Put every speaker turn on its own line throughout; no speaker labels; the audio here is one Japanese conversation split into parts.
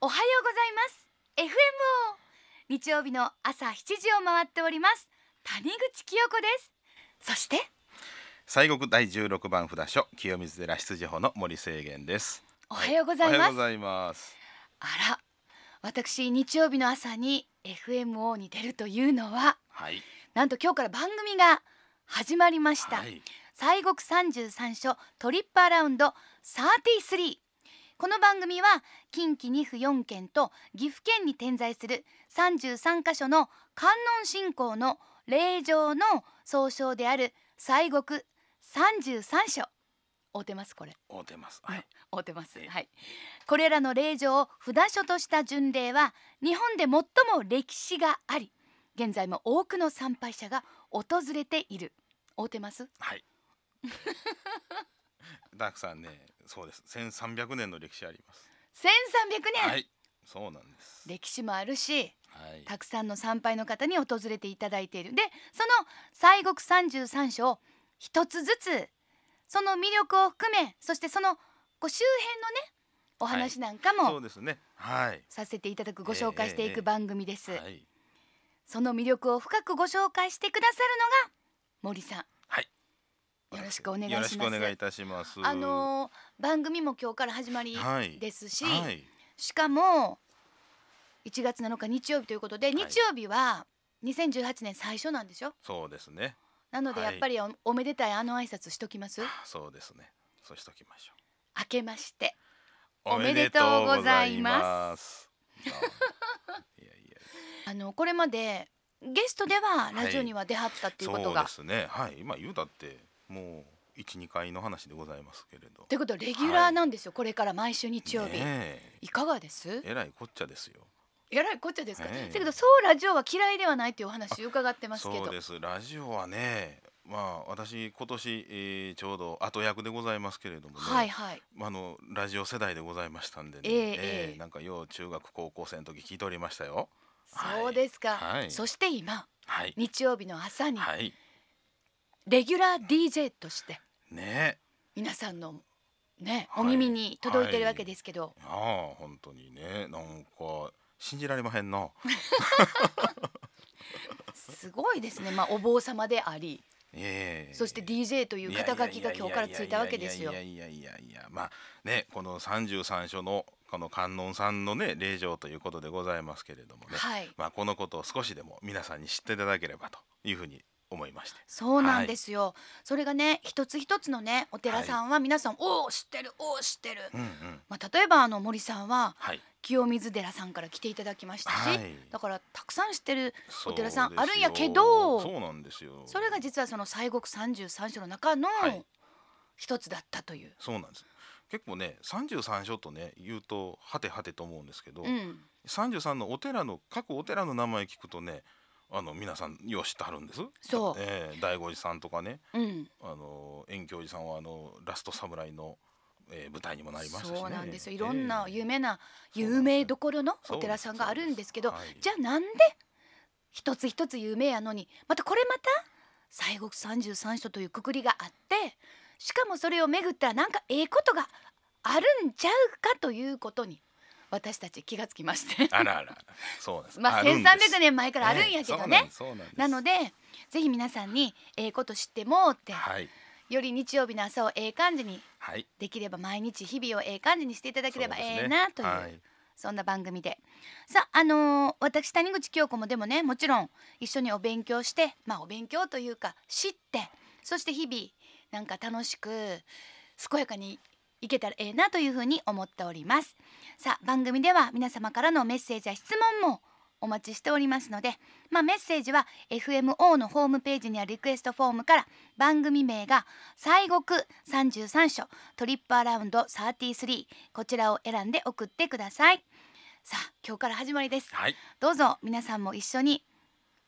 おはようございます FMO 日曜日の朝7時を回っております谷口清子ですそして
西国第十六番札所清水寺執事法の森清源です。
おはようございま
おはよ
す、
うございます。
あら私日曜日の朝に FMO に出るというのは
はい。
なんと今日から番組が始まりました、
はい。
西国三十三所トリップアラウンド33この番組は近畿2府4県と岐阜県に点在する33カ所の観音信仰の霊場の総称である西国33所合うてますこれ
おうてます。はい。
合うてます
ええ
はい。これらの霊場を札所とした巡礼は日本で最も歴史があり現在も多くの参拝者が訪れている合うてます
はい。ダークさんね、そうです。千三百年の歴史あります。
1300年、
はい。そうなんです。
歴史もあるし
はい。
たくさんの参拝の方に訪れていただいているでその西国三十三所を一つずつその魅力を含めそしてそのこう周辺のねお話なんか
そう
も
ですね。はい。
させていただく、
え
ご紹介してい
ええ
く番組です、
はい。
その魅力を深くご紹介してくださるのが森さん
はい。
よろしくお願いします
よろしくお願いいたします。
あのー番組も今日から始まり
はい
ですし、
はい。
しかも1月7日日曜日ということで日曜日は2018年最初なんでしょ
そうですね。
なので
は
や
い
っぱりお,、おめでたいあの挨拶しときます明
そうですね。そうしときましょう。
けましてお
お
め
め
で
で
と
と
う
う
ご
ご
ざ
ざ
い
い
ま
ます。いやいや。
あのこれまでゲストではラジオには出はったっていうことが、っ
そうですねはい今言うたってもう12回の話でございますけれど
てことはレギュラーなんですよ、これから毎週日曜日、
ね
いかがです
ええらいこっちゃですよ
やらいこっちゃですか、
ねえ
だけどそうラジオは嫌いではないっていうお話伺ってますけ
そう
ど
ですラジオはねまあ私今年、えーちょうど後役でございますけれどもね、
はいはい
まああのラジオ世代でございましたんでね、
ええええ
なんかよう中学高校生の時聞いておりましたよはい
そうですか、
はい
そして今
はい
日曜日の朝に
はい
レギュラー DJ として
ねえ
皆さんのね、
はい
お耳に届いてるわけですけど、
ああ本当にねなんか信じられまへんな
すごいですねまあお坊様であり、
ええ
そして DJ という肩書きが今日からついたわけですよ
いやいやいやいやいやいやいやまあねこの三十三所のこの観音さんのね霊場ということでございますけれどもね、
はい
まあこのことを少しでも皆さんに知っていただければというふうに思いまして。
そうなんですよ、それがね一つ一つのねお寺さんは皆さん、おお知ってるおお知ってる、
うんうん。
まあ、例えばあの森さんは
はい。
清水寺さんから来ていただきましたし、
はい
だからたくさん知ってる
そう
お寺
です
さ
よ
んあるんやけど
そうなんですよ。
それが実はその西国三十三所の中の
はい
一つだったという、
そうなんです。結構ね三十三所とね言うとはてはてと思うんですけど、
うん
三十三のお寺の各お寺の名前聞くとね。あの皆さんよう知ってはるんです。
そう
ええ醍醐寺さんとかね。
うん、
あの遠鏡寺さんはあのラストサムライの、えー、舞台にもなりましたし、ね、
そうなんですよいろんな有名な
ええ
有名どころのお寺さんがあるんですけど、
そうです
じゃあなんで一つ一つ有名やのにまたこれまた西国三十三所というくくりがあってしかもそれをめぐったらなんかええことがあるんちゃうかということに私たち気がつきまして
あらあらそうなんで す
まあ
るん
1300
です
年前からあるんやけどね
ええ。そうなんです
なの
で
でぜひ皆さんにええこと知ってもうって
はい
より日曜日の朝をええ感じに
はい
できれば毎日日々をええ感じにしていただければ
そうですね
ええなという
はい
そんな番組でさああのー私谷口京子もでもねもちろん一緒にお勉強してまあお勉強というか知ってそして日々なんか楽しく健やかにいけたらええなというふうに思っておりますさあ番組では皆様からのメッセージや質問もお待ちしておりますので、まあ、メッセージは FMO のホームページにあるリクエストフォームから番組名が「西国33所トリップアラウンド33」こちらを選んで送ってくださいさあ今日から始まりです
はい
どうぞ皆さんも一緒に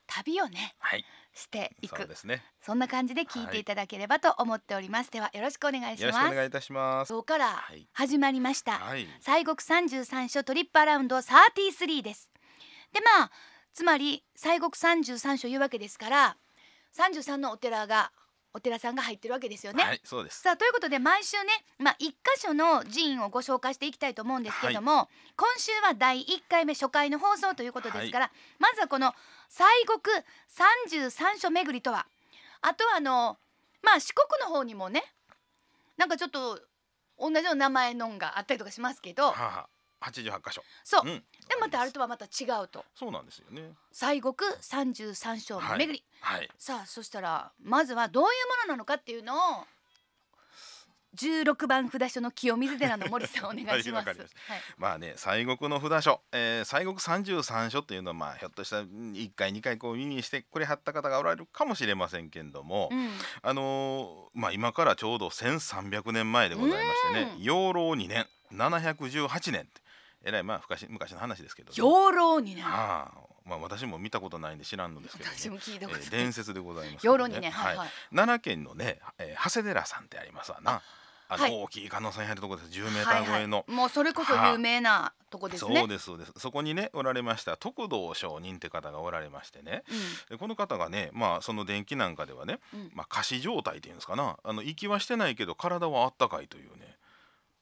旅をね
はい
してい
そう
く
ですね
そんな感じで聞いていただければと思っております、ではよろしくお願いし
よろしく
ま
お願
す
いいたします
今日から
はい
始まりました、
はい
西国三十三所トリップアラウンド33です。でまあつまり西国三十三所いうわけですから33のお寺がお寺さんが入ってるわけですよね。
はいそうです
さあということで毎週ね、まあ、1箇所の寺院をご紹介していきたいと思うんですけども、今週は第1回目初回の放送ということですから、まずはこの「西国33所巡り」とはあとはあのまあ四国の方にもねなんかちょっと同じような名前のんがあったりとかしますけど
はあはあ88箇所
そう、
うん
でまたあ
り
れ
す
とはまた違うと
そうなんですよね
西国33所の巡り、
はい
さあそしたらまずはどういうものなのかっていうのを16番札所の清水寺の森さんお願いしま
はい
す。はい
わかりましまあね西国の札所、えー、西国33所っていうのはまあひょっとしたら1回2回こう耳にしてくれはった方がおられるかもしれませんけれども、
うん
あのーまあ今からちょうど1300年前でございましてね
うん
養老2年718年ってえらいまあ昔昔の話ですけど、ね、
養老にね
ああまあ私も見たことないんで知らんのですけど、ね、
私も聞い
え
たことない
ー伝説でございますけど、
養老にねはいはい、
奈良県のね、えー長谷寺さんってありますわなあの、
はい
大きい観音さんやるとこです10メータ
は
ー
い
超えの、
はい、もうそれこそ有名なとこですね。
そうですそうですそこにねおられました徳道上人って方がおられましてねでこの方がねまあその電気なんかではね、
うんうん
まあ、仮死状態っていうんですかなあの息はしてないけど体はあったかいというね、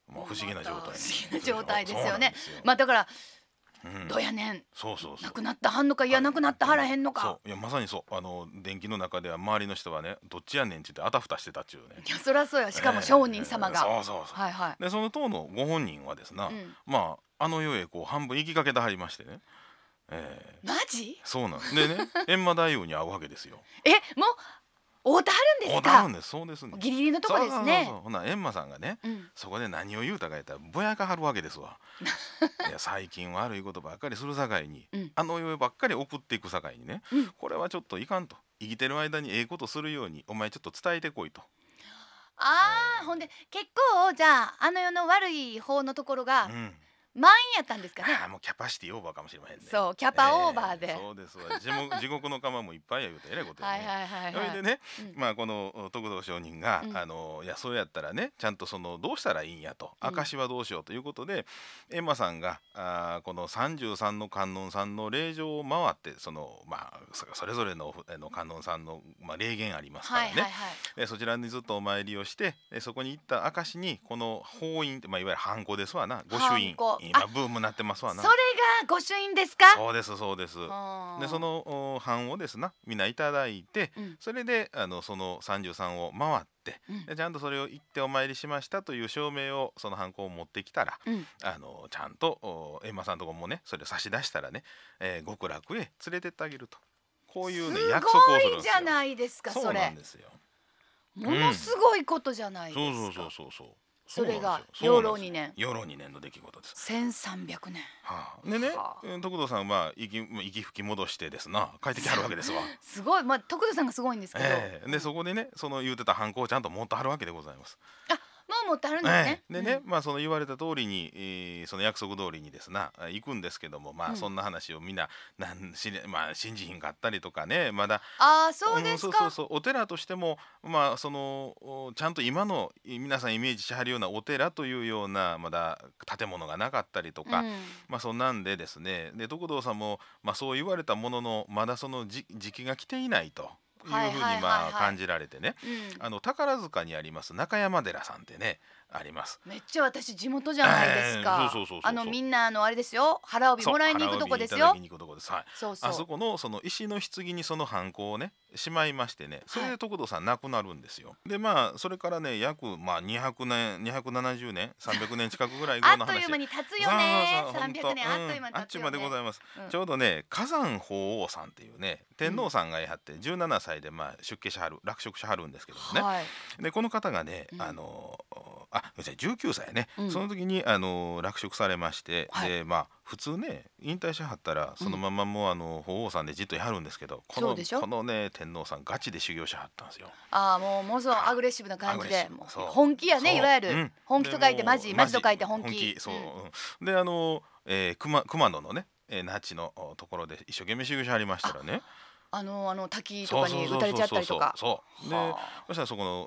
まあ、不思議な状
また
態
不思議な状態ですよね
そう
まあだから
なんですようん
どやねん
そうそうそう
亡くなったはんのかいや亡くなったはらへんのか。
そういやまさにそうあの電気の中では周りの人はねどっちやねんって言ってあたふたしてたっちゅうね
いやそりゃそうやしかも商人様が、
ええそうそうそう、
はいは
でその党のご本人はですな、
い、うん、
まああの世へこう半分行きかけてはりましてね、ええ
マジ
そうなんで ね閻魔大王に会うわけですよ。
えもう会うてはるんです
なる
か
んですそうですね。
ギリギリのとこです
そうそうそう
ね
そうほな閻魔さんがね
うん
そこで何を言うたか言ったらぼやかはるわけで すわ。いや最近悪いことばっかりするさかいに、
うん
あの世へばっかり送っていくさかいにね、
うん
これはちょっといかんと生きてる間にええことするようにお前ちょっと伝えてこいと。
あーほんで結構じゃああの世の悪い方のところが
うん、
満員やったんですかね、
ああもうキャパシティオーバーかもしれませんね。う
そうキャパオーバーで、
そうですわ地獄地獄の釜もいっぱいや言うてえらいことやね。
はいはいはい
そ
は
れ
い、
でね、
うん
まあこの徳道上人が、
うん
あのいやそうやったらねちゃんとそのどうしたらいいんやと
うん
証はどうしようということで、エンマさんがあーこの33の観音さんの霊場を回ってそのまあそそれぞれのおあの観音さんの、まあ、霊言ありますから
は
ね、
いはいはい
でそちらにずっとお参りをしてでそこに行った証にこの法印って、まあ、いわゆるハンコですわな御朱印
ハンコ
今
あ
ブームなってますわ
それ
な
が御朱印ですか
そうですそうです。
あー
でそのお版をですなみんないただいて、
うん
それであのその33を回って
うん
でちゃんとそれを行ってお参りしましたという証明をそのハンコを持ってきたら
うん
あのちゃんとお閻魔さんとこもねそれを差し出したらね、えー極楽へ連れてってあげるとこういうね約
す
束
ご
をするん
い
です
じ
よ。
ゃないですかそ
そうな
れ
んですよ。
ものすごいことじゃないですか、
そうそうそうそうそう。
それが
そ
養
うなん
老
ですよ
二年
養老二年の出来事です。
1300年
はあ、でね、
はあ
えー徳堂さんは息息吹き戻してですな帰ってきはるわけですわ。
すごいまあ徳田さんがすごいんですけど、
ええでそこでねその言うてたハンコをちゃんと持ってはるわけでございます。
もう持ってはるんです
え
ね、
えでね、まあその言われた通りに、えーその約束通りにですなあ行くんですけどもま
う
あ
ん
そんな話をみんななんしれまあ信じひんかったりとかねまだ
うんああそうです
んそうそう
か
そうお寺としてもまあそのおちゃんと今のい皆さんイメージしはるようなお寺というようなまだ建物がなかったりとか、
うん
まあそんなんでですねで徳堂さんも、まあ、そう言われたもののまだその時時期が来ていないというふうに
はいはいはいはい
まあ感じられてね
うん
あの宝塚にあります中山寺さんってねあります。
めっちゃ私地元じゃないです
え
か
え。そうそうそうそう
あのみんなあのあれですよ。腹帯もらいに行くとこです
そう腹
よ
帯。いただきに行くとこです。はい。
そうそう。
あそこのその石の棺にその犯行をねしまいましてねそれ
は
で徳堂さん亡くなるんですよ、でまあそれからね約まあ200年270年300年 近くぐらい後
あ
の
っという
話
間に経つよね
そう。そうそう
三百
ほんと
年あっという間に
んあ
経
っ
つ
ちゅう
よ
までござ
ね。
います、
うん
ちょうどね火山法王さんっていうね天皇さんがやって17歳でまあ出家しはる落職しはるんですけどもね、
はい。
でこの方がね、
うん
あのあごめんなさい19歳ね、
うん
その時にあの落職されまして、
はい
でまあ普通ね引退しはったらそのままもうあの法皇さんでじっとやるんですけどこ
そ
の
うでしょ
このね天皇さんガチで修行しはったんですよ。
ああもうもうそうアグレッシブな感じ
アグレッ
で
シブ
もう
そう
本気やね
そう
いわゆ
う
る
ん
本気と書いてマジ
でもう
マジと書いて本
マジ
気。
そう、
うん
うんであの、えー、熊熊野のね、えー、那智のおところで一生懸命修行しはりましたらね
あのあの滝と
そう
か
そう
に
そ
打
う
たれちゃっ
そ
た
う
りと
そう
か。
そうで
は
そしたらそこの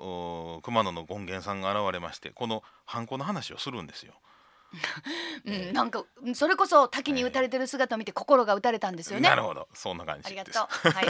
お熊野の権現さんが現れましてこのハンコの話をするんですよ。
あう
え
ん、
え
なんかうんそれこそ滝に打たれてる姿を見て心が打たれたんですよね。
なるほどそんな感
あ
じ
り
で
が
す
とう。はい。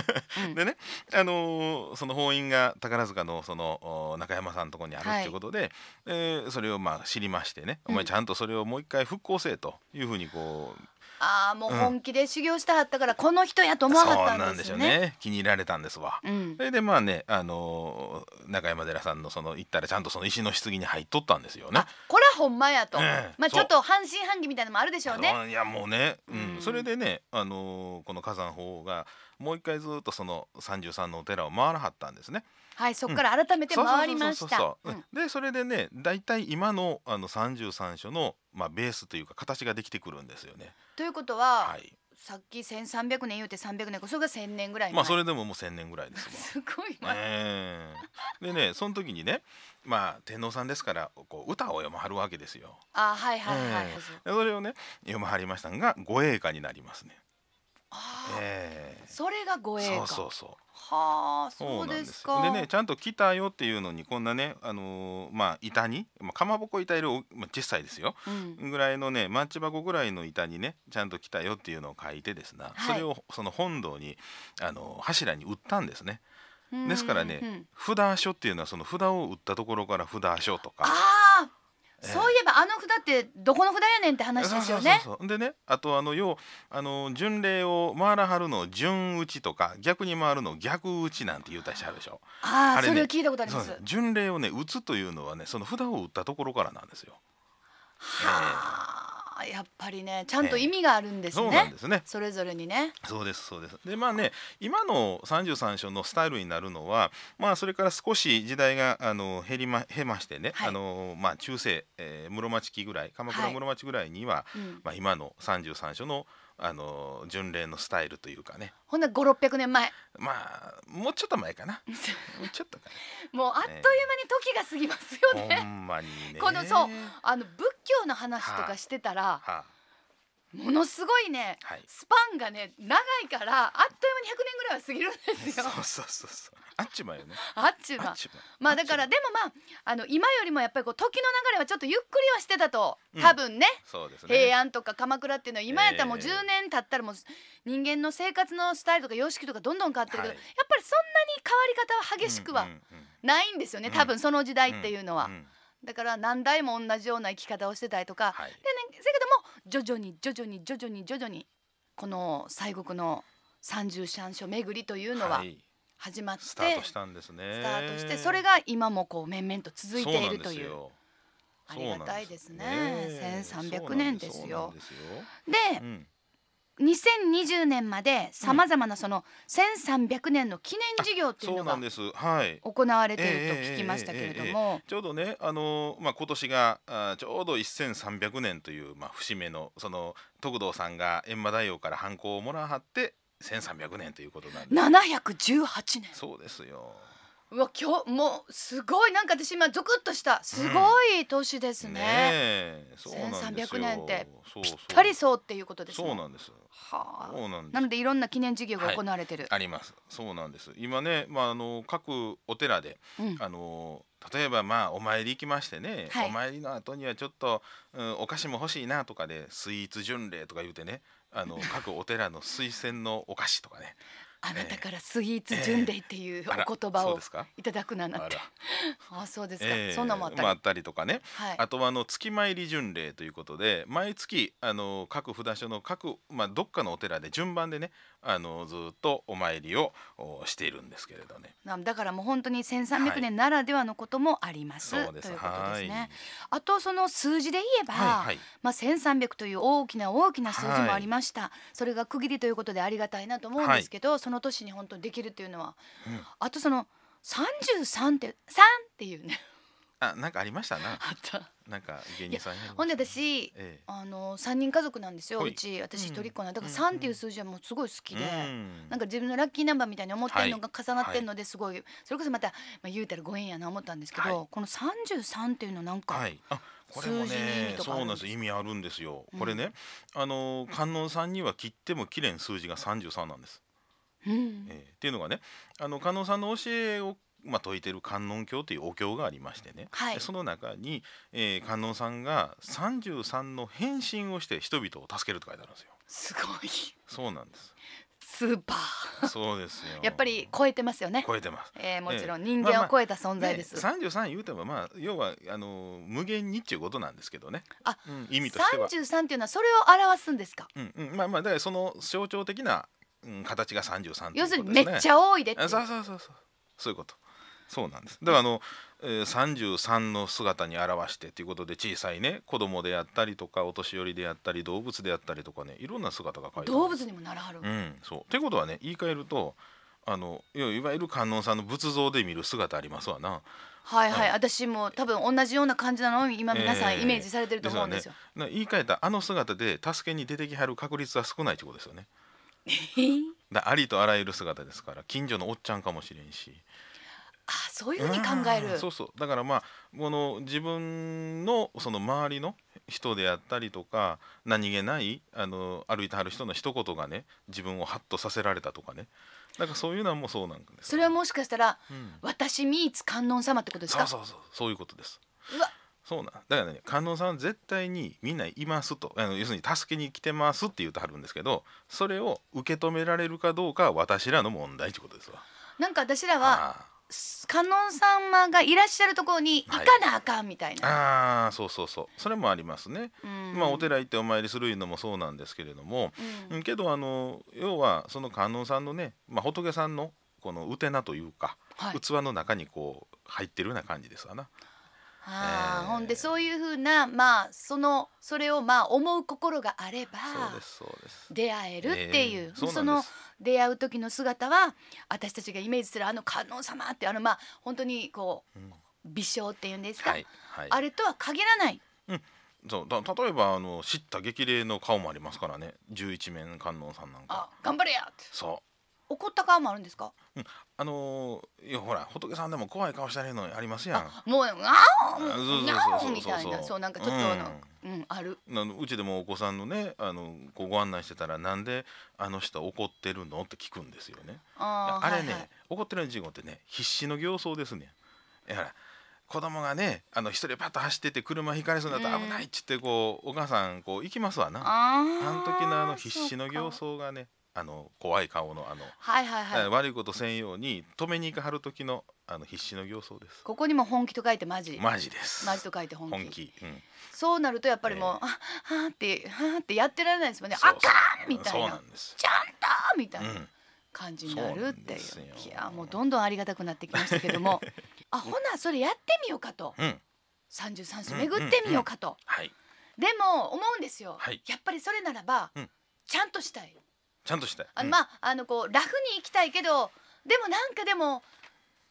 う ん
でね、あのーその法院が宝塚のそのお中山さんのところにある
はい
っていうことで、えーそれをまあ知りましてね、
うん
お前ちゃんとそれをもう一回復興せえというふうにこう
ああもう
うん
本気で修行したはったからこの人やと思わ
そ
は
う
った
なんん
で
ですし
よ
ょう
ね。
ね気に入られたんですわ。
うん
そ。れでまあね、あのー中山寺さんのその行ったらちゃんとその石の棺に入っとったんですよね
あ。これはほんまやと。
ええ
まあち
そう
ょっと半信半疑みたいなのもあるでしょうね。
そういやもうね、うん
うん
それでね、あのーこの火山法王がもう一回ずっとその33のお寺を回らはったんですね。
はいそこから改めて回りまし
そう
た
そう。そうそうでそれでね大体今のあの33所の、まあ、ベースというか形ができてくるんですよね。
ということは、
はい、
さっき1300年言うて300年それが1000年ぐらい前。
まあそれでももう1,000年ぐらいですわ。
すごいな。
え えでねその時にねまあ天皇さんですからこう歌を読まはるわけですよ。
あーはいはいはい。
えでそれをね読まはりましたんが護衛歌になりますね。
あー
ええ
それが護衛
そう
か。
そうそう。
はあそう
な
で
ん
すか。
でねちゃんと来たよっていうのにこんなねあのーまあ板に、まあ、かまぼこ板色、まあ、小さいですよ
うん
ぐらいのねマッチ箱ぐらいの板にねちゃんと来たよっていうのを書いてですな、
はい
それをその本堂にあのー柱に売ったんですね。
うん
ですからね
うんうん
札所っていうのはその札を売ったところから札所とか。
ああ、
ええ
そういえばあの札ってどこの札やねんって話ですよね。
そうそうそうそうでねあとあの要あのー巡礼を回らはるのを順打ちとか逆に回るのを逆打ちなんて言うたりしてはるでしょ。
ああ
あれ
そ
ね
れを聞いたことあり
そ
ま
う
す。
です巡礼をね打つというのはねその札を打ったところからなんですよ。
はあ、やっぱりね、ちゃんと意味があるんです
そうなん
ね
で。すね。
それぞれにね。
そうですそうです。でまあね今の33章のスタイルになるのはまあそれから少し時代があの減りま減ましてね、
はい
あのまあ中世、えー室町期ぐらい鎌
は
倉
い
室町ぐらいには、
うん、
まあ今の33章のあの巡礼のスタイルというかね
ほんな五六百年前、
まあもうちょっと前か なもうちょっとか
もうあっという間に時が過ぎますよ
な、ほ
ね。
んまにね
このそう
は
あの仏教の話とかしてたら、
あ
ものすごいね。
はい
スパンがね長いからあっという間に100年ぐらいは過ぎるんです
そう
よ
そうそうそうあっちまよね
あっちゅう
あ
間
っちま
まあだから
あっち
でもまああの今よりもやっぱりこう時の流れはちょっとゆっくりはしてたと
うん
多分ね、
まそうですね
平安とか鎌倉っていうのは今やったらもう
ええ
10年経ったらもう人間の生活のスタイルとか様式とかどんどん変わってるけど、
はい
やっぱりそんなに変わり方は激しく
う
は
んうんうん
ないんですよね、
うん
多分その時代っていうのは、
んん
だから何代も同じような生き方をしてたりとか、
はい、
でねせやけども徐々に徐々に徐々に徐々にこの西国の三十三所巡りというのはい始まって、
スタートしたんですね
スタートしてそれが今もこう面々と続いているというあ
そう
り
な
が
んですよ
たいですね
そうなん
1300年ですよ
そう
で
なんですよ
2020年までさまざまなその1300年の記念事業っていう
うん、そ
の
うな
が
んですはい
行われていると聞きましたけれども
ちょうどね、あのーまあ、今年があーちょうど1300年という、まあ、節目のその徳道さんが閻魔大王から反抗をもらはって1300年ということなんです
718年
そうですよ
うわ今日もうすごいなんか私今ゾクッとしたすごい年ですね、
えそうなんです
1300
よ
年って
そうそう
ぴったりそうっていうことです
そう
ね
なんです
はあ
そうなんです
なのでいろんな記念事業が行われてる、
ありますそうなんです今ね、まあ、あの各お寺で
うん
あの例えばまあお参り行きましてね、
はい
お参りの後にはちょっと、うん、お菓子も欲しいなとかでスイーツ巡礼とか言うてねあ の各お寺の推薦のお菓子とかね
あなたからスイーツ巡礼っていう
あら
お言葉
そう
を
ですか
いただくな
あ
なんて
ら
あそうですか、
ええ
そんなんもあったり、
まああったりとかね、
はい
あとはあの月参り巡礼ということで毎月あの各札所の各、まあ、どっかのお寺で順番でねあのずっとお参りをおしているんですけれどね。
なだからもう本当に
は
1300
い
年ならではのこともあります、
そうです
ということです
はい
ね。あとその数字で言えば、
はいはい
まあ1300という大きな大きな数字もありました。それが区切りということでありがたいなと思うんですけど、その年に本当にできるというのは、
うん
あとその33って3っていうね
あなんかありましたな
あった。
なんか芸人さんやりましたね
ほんで私。
ええ
あの3人家族なんですよ
はいう
ち私一人っ子なんでだか
うん
ら
うん
3っていう数字はもうすごい好きで、
うん
なんか自分のラッキーナンバーみたいに思ってるのが重なってるのですごい、それこそまた、まあ、言うたらご縁やな思ったんですけど、
は
この33っていうのなんか、
はい、あこれも
数字に意
ね
味とか
そ
あ
う
る
な
で
んんですす意味あるんですよ、
うん
これねあのー観音さんには切っても切れん数字が33なんです、
うん
えーっていうのがねあの観音さんの教えをまあ、説いてる観音経というお経がありましてね、
はい
その中に、えー観音さんが33の変身をして人々を助けると書いてあるんですよ。
すごい
そうなんです。
スーパ
そうですよ。
ーやっぱり超えてますよね、
超えてます。
えー、もちろん
え
人
まあ
間
ま
を
あ
超えた存在です、
三十三言うてもまあ要はあの無限にっていうことなんですけどね。
あ
うん、意味としては。
33っていうのはそれを表すんですか
うんうんまあまあだからその象徴的な、うん、形が三十三。
要するにめっち
ゃ。
ゃ多いでってい
あ
う
そうそうそうそうそういうこと。そうなんです。だからあの三十三の姿に表してということで小さいね子供であったりとかお年寄りであったり動物であったりとかねいろんな姿が書いてある。
動物にもならはる、
うん、そう。ってことはね言い換えるとあのいわいわゆる観音さんの仏像で見る姿ありますわな。
はいはい、
うん
私も多分同じような感じなのを今皆さん
えー
イメージされてると思うんですよ。
な言い換えたあの姿で助けに出てきはる確率は少ないってことですよ ね。だありとあらゆる姿ですから近所のおっちゃんかもしれんし。
あそういうふうに考え
うん
る
そうそうだからまあこの自分のその周りの人であったりとか何気ないあの歩いてはる人の一言がね自分をハッとさせられたとかねなんかそういうのはもうそうなんです
それはもしかしたら、
うん
私ミーツ観音様ってことです
そ
か
うそうそうそういうことです。
うわ
そうなんだからね観音さん絶対にみんないますとあの要するに助けに来てますって言うてはるんですけどそれを受け止められるかどうかは私らの問題ってことですわ。
なんか私らは
あ
観音様がいらっしゃるところに行
はい
かなあかんみたい
ー
な、
あーそうそうそうそれもありますね。
うん
まあお寺行ってお参りするいうのもそうなんですけれども、
うん
うんけどあの要はその観音さんのね、まあ、仏さんのこのうてなというか、
はい、
器の中にこう入ってるような感じですわな。
あー
えー
ほんでそういうふうなまあそのそれをまあ思う心があれば
そうですそうです。
出会えるっていう、
えーそう
そ
なん
の
です
出会う時の姿は私たちがイメージするあの観音様ってあのまあ本当にこう
うん
微笑っていうんですか、
はいはい。
あれとは限らない
そうだ例えばあの知った激励の顔もありますからね十一面観音さんなん
あ
か
頑張れやって
そ
怒った顔もあるんですか
うあのーいやほら仏さんでも怖い顔したりのありますやん
あもうあ
あそうそうそ
ー
うそう
な
そ
ー
う
みたいなそうなんかちょっとあのうん、ある
うん、なのうちでもお子さんのねあのこうご案内してたらなんであの人怒ってるのって聞くんですよね
あ
あ
ー
れね、
はいはい
怒ってる人号ってね必死の形相ですねいやほら子供がねあの一人でパッと走ってて車ひかれそうになったら
うん
危ないっつってこう、お母さんこう行きますわな
あ
あの
ー
時のあの必死の
そう
形
か
相がねあの怖い顔のあの、
はいはいはい
悪いことせんように止めに行かはる時のあの必死の形相です
ここにも本気と書いてマジ
マジです
マジと書いて本気
本気、うん、
そうなるとやっぱりもう、あはあってはあってやってられないですもんねあかんみたい
そう
な
なんです
ちゃんとみたいうなん感じになるっていう,、
そうなんです
い
よ
やもうどんどんありがたくなってきましたけど もあほなそれやってみようかと
うん
33種巡ってみようかと、
はい
でも思うんですよ、
はい
やっぱりそれならば、
うん
ちゃんとしたい
ちゃんとしたい
あの、
うん
まああのこうラフに行きたいけどでもなんかでも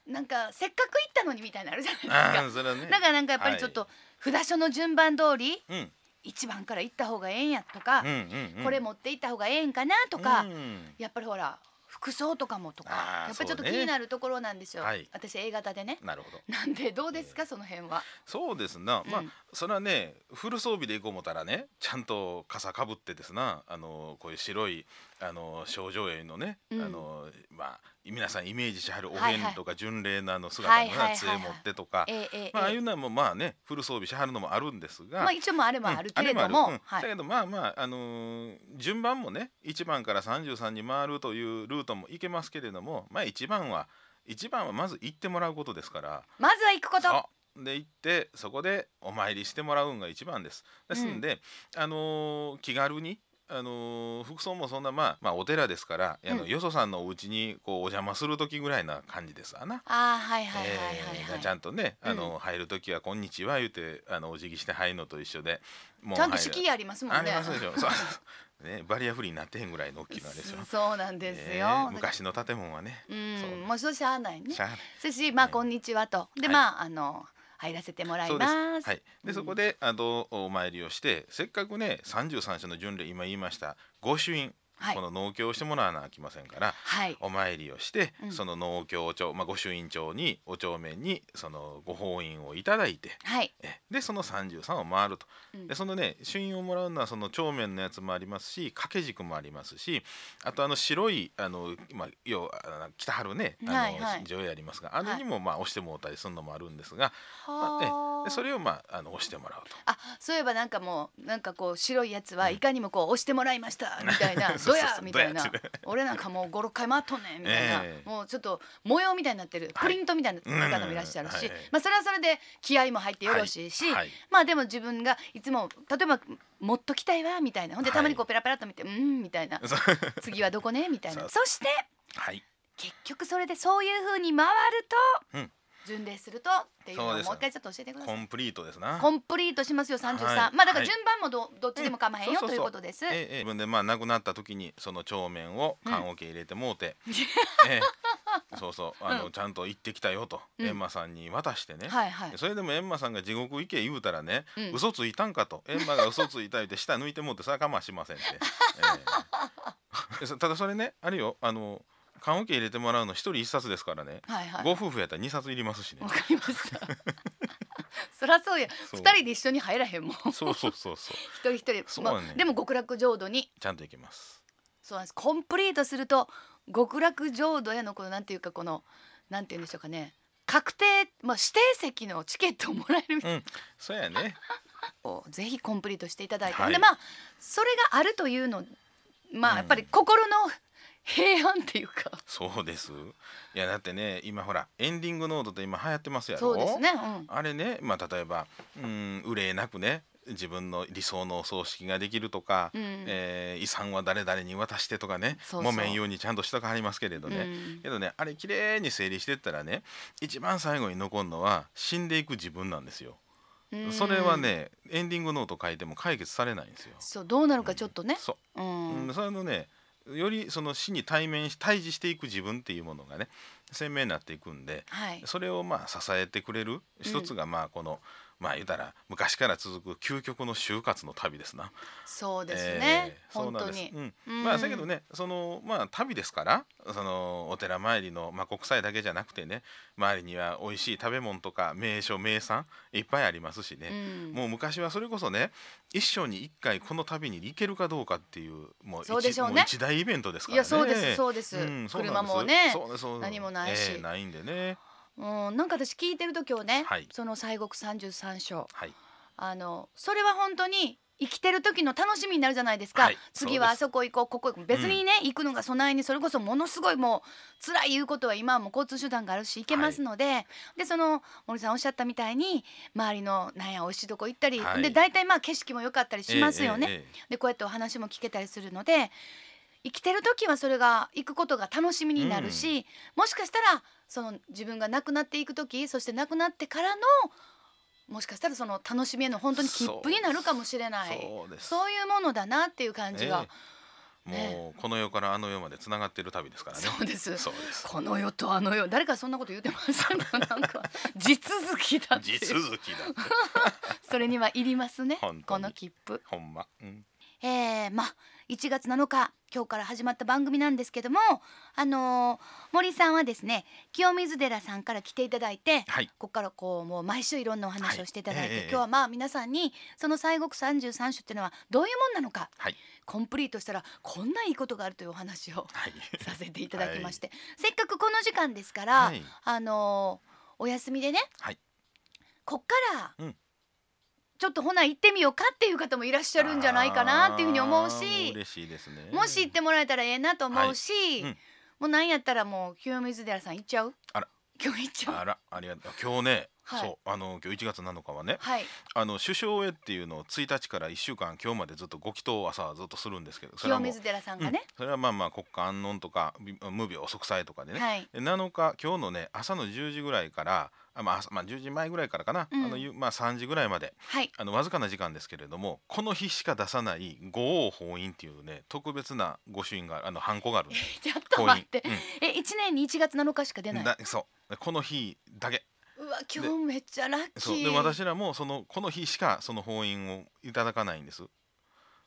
なんかせっかく行ったのにみたいなのあるじゃないです
あ
か
ーそれはね
だからなんかやっぱりちょっと、札所の順番通り
うんうん
1番から行った方がええんやとか、
うんうん
これ持って行った方がええんかなとか、
うん
やっぱりほら服装とかもとか
あー
やっぱりちょっと
そ
気
うね
になるところなんですよ、
はい
私 A 型でね
なるほど
なんでどうですか、その辺は
そうですな、まあ
うん
それはねフル装備で行こう思ったらねちゃんと傘かぶってですなあのこういう白いあの少女絵のね、
うん
あのまあ皆さんイメージしはるお
はいはい
遍とか巡礼のあの姿のよう
はい
な
はいはい
杖
はい
持ってとか、
ええええ
まあああ
え
い
え
うのはもうまあねフル装備しはるのもあるんですが。
まあ一応もあればあるけれど
うんあ
も、
れあるうん
は
だ
い
けどまあまあ、あのー順番もね1番から33に回るというルートもいけますけれども、まあ、1番は一番はまず行ってもらうことですから、
まずは行くこと
そうで行ってそこでお参りしてもらうんが一番です。ですんで、あのー気軽にあのー服装もそんなまあまあお寺ですから、あ
う
のよそさんのお家にこうお邪魔する時ぐらいな感じですわな。
ああはいはいはい
えーだ
は
か
い、は
ら
い
ちゃんとね、あ
う
の入る時はこんにちは言うてあのお辞儀して入るのと一緒で、も
ちゃんと
入る
敷居ありますも
あ
んね
りますでしょ。 そうそうねバリアフリーになってへんぐらいの大きいのあれですよ。
そうなんですよ、
え
だから
ー昔の建物はね、そううん
もうそうしゃあないね
しゃあない
そしまあ
ね
こんにちはとで
はい
まああの入らせてもらい
そうです。
ま
は
す
い。で、そこであのお参りをして、せっかくね、三十三社の巡礼今言いました御朱印
はい
この農協をしてもらわなあきませんから
はい
お参りをして、
うん
その農協長、まあ、御朱印帳にお帳面にそのご法印をいただいて
はい
えでその33を回ると、
うん
でそのね朱印をもらうのはその帳面のやつもありますし掛け軸もありますしあとあの白いあの今要はあの北春ねあの、
はいはい
女優ありますがあれにもまあ押してもうたりするのもあるんですが、まあえ
は
でそれをまああの押してもらうと。
あそういえばなんかもうなんかこう白いやつはいかにもこう押してもらいま したみたいな
そ
ど
うそうそう
やみたいな
どやってね
俺なんかもう56回回っとんねんみたいな、
ええ
もうちょっと模様みたいになってる
はい
プリントみたいな方もいらっしゃるし、
うんはい
まあそれはそれで気合も入ってよろしいし、
はい
まあでも自分がいつも例えば持っときたいわみたいなほんで
はい
たまにこうペラペラっと見て、うーんみたいな
そう
次はどこねみたいな
そう
そして
はい
結局それでそういう風に回ると、
うん
巡礼するとっていうのを
そう
もう
です
一回ちょっと教えてください
コ。ンプリートですな。
コンプリートしますよ33、
はい
まあだから
はい
順番もど,、どっちでも構わへんよ
そう
と
そう
いう
そう
ことです。
ええええ自分でまあ亡くなった時にその帳面を棺桶入れて もうて、ええそうそうあの、
うん
ちゃんと行ってきたよと、
うん
エンマさんに渡してね、
はいはい。
それでもエンマさんが地獄行け言うたらね、
うん
嘘ついたんかとエンマが嘘ついた言うて舌抜いてもうてそれは我慢しませんって、 ええただそれねあれよあの棺桶入れてもらうの一人一冊ですからね、
はいはい。
ご
わ
夫婦やったら二冊いりますしね
かりました。 そらそうや。
そう
二人で一緒に入らへん もん。一
そうそうそうそう
人一人。
そうやね
まあでも極楽浄土に
ちゃんと行けます
そうなんです。コンプリートすると極楽浄土へのこのなんていうかこのなんて言うんでしょうかね。確定まあ指定席のチケットをもらえるみたいな
うんそうやね
をぜひコンプリートしていただいて、
はい
でまあそれがあるというのま
うん
あやっぱり心の平安っていうか、
そうです。いやだってね今ほらエンディングノートって今流行ってますやろ。
そうですね。うん。
あれねまあ例えばうん憂いなくね自分の理想のお葬式ができるとか、
うん
えー遺産は誰々に渡してとかね
そうそう
もめんようにちゃんとしとかはりますけれどね、
うん
けどねあれ綺麗に整理してったらね一番最後に残るのは死んでいく自分なんですよ。
うん
それはねエンディングノート書いても解決されないんですよ。
そうどうなるかちょっとね、
そう
う
うんん、それのねよりその死に対面し対峙していく自分っていうものがね鮮明になっていくんで
はい
それをまあ支えてくれる一つがまあこの、まあ言うたら昔から続く究極の就活の旅ですな。
そうですね、
えーそう
本
なん
当
です
に
う
うん
ん、まあだけどねそのまあ旅ですからそのお寺参りの、まあ、国際だけじゃなくてね周りには美味しい食べ物とか名所名産いっぱいありますしね。
うん
もう昔はそれこそね一生に一回この旅に行けるかどうかっていうもう一
そうでしょうね
もう一大イベントですからね。
いやそうですそうです
んそうなん
車もね
そうですそうです
何もないし
ええないんでね。
うん、なんか私聞いてると今日ね、
はい
その西国三十三章
はい。
あのそれは本当に生きてる時の楽しみになるじゃないですか、
はい
次は
そう
あ
です
そこ行こうここ行こう別にね、行くのが備えにそれこそものすごいもう辛いいうことは今はもう交通手段があるし行けますので、でその森さんおっしゃったみたいに周りのなんや美味しいとこ行ったり、
はい
で大体まあ景色も良かったりしますよね、
ええ。えええ
でこうやってお話も聞けたりするので生きてる時はそれが行くことが楽しみになるし、もしかしたらその自分が亡くなっていく時そして亡くなってからのもしかしたらその楽しみへの本当に切符になるかもしれな
え
い
そうです。
そういうものだなっていう感じが、
ええもうこの世からあの世までつながってる旅ですからね。
そうです
そうです。
この世とあの世誰かそんなこと言ってませんかなんか 地続きだってい
地
う
続きだって。
それにはいりますね
本当に
この切符。
ほんま。うん。
えー、まあ1月7日今日から始まった番組なんですけどもあのー森さんはですね清水寺さんから来ていただいて
はい。
ここからこうもう毎週いろんなお話
は
を
い
していただいて、
ええええ
今日はまあ皆さんにその西国三十三首っていうのはどういうもんなのか、
はい
コンプリートしたらこんないいことがあるというお話を
はい。
させていただきまして、せっかくこの時間ですから、
はい
あのーお休みでね、
はい
こっから、
うん
ちょっとほな行ってみようかっていう方もいらっしゃるんじゃないかなっていうふうに思う
あーも
し
嬉しいですね。
もし行ってもらえたらええなと思うし、
うん
もうなんやったらもう清水寺さん行っちゃう
あら
今日行っちゃう
あらありがとう。今日ね、
はい
そうあの今日1月7日はね、
はい
あの首相へっていうのを1日から1週間今日までずっとご祈祷を朝はずっとするんですけど、それ
清
はもう
水寺さんがね
うん、それはまあまあ国家安穏とかび無病息災とかでね、
はい
で7日今日のね朝の10時ぐらいからあ、まあ朝まあ、10時前ぐらいからかな、
うん
あのゆまあ、3時ぐらいまで
はい
あのわずかな時間ですけれどもこの日しか出さない五王法印っていうね特別な御朱印があるあのハンコがあるんで
ちょっと
法
待
印
って、え一年に一月七日しか出
う、
なんい
だそうでこの日だけ
うわ今日めっちゃラッキ
そう
ー
で私らもそのこの日しかその法印をいただかないんです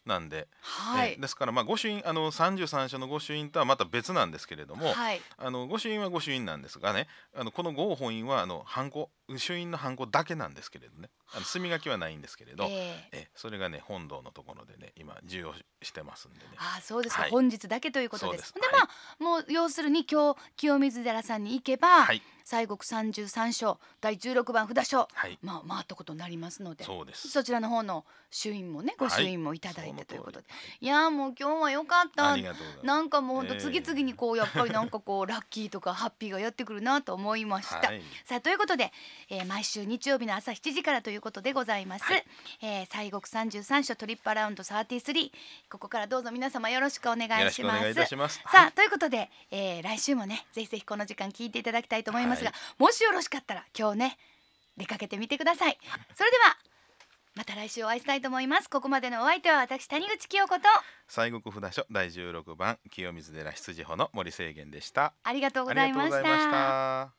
なんで、
は
え
い
ーですからまあ御朱印あの33所の御朱印とはまた別なんですけれども、
はい
あの御朱印は御朱印なんですがねあのこの御本印はあの判子朱印の判子だけなんですけれどねあの墨書きはないんですけれど、
ええ
えそれがね本堂のところでね今授与してますんでね
ああそうですか、
はい
本日だけということです。
そう
で
です
まあ、もう要するに今日清水寺さんに行けば、
はい
西国三十三所第十六番札所、
はい
まあ回ったことになりますので。
そうです
そちらの方の衆院もねご衆院もいただい
は
て
い
ということで、
その通
い、やーもう今日は良かった
ありがとうございます
なんかもうほんと
ええ
次々にこうやっぱりなんかこうラッキーとかハッピーがやってくるなと思いました、
はい
さあということで、えー毎週日曜日の朝7時からということでございます、
はい
えー西国三十三所トリップアラウンド33ここからどうぞ皆様よろしくお願いします
よろしくお願いいたします
さあ、
はい
ということで、えー来週もねぜひぜひこの時間聞いていただきたいと思いますが、
は
もしよろしかったら今日ね出かけてみてくださいそれではまた来週お会いしたいと思いますここまでのお相手は私谷口清子と
西国札所第16番清水寺羊穂の森清源でした
ありがとう
あ
ご
りが
ざ
と
いう
ご
ま
ざ
し
いましたた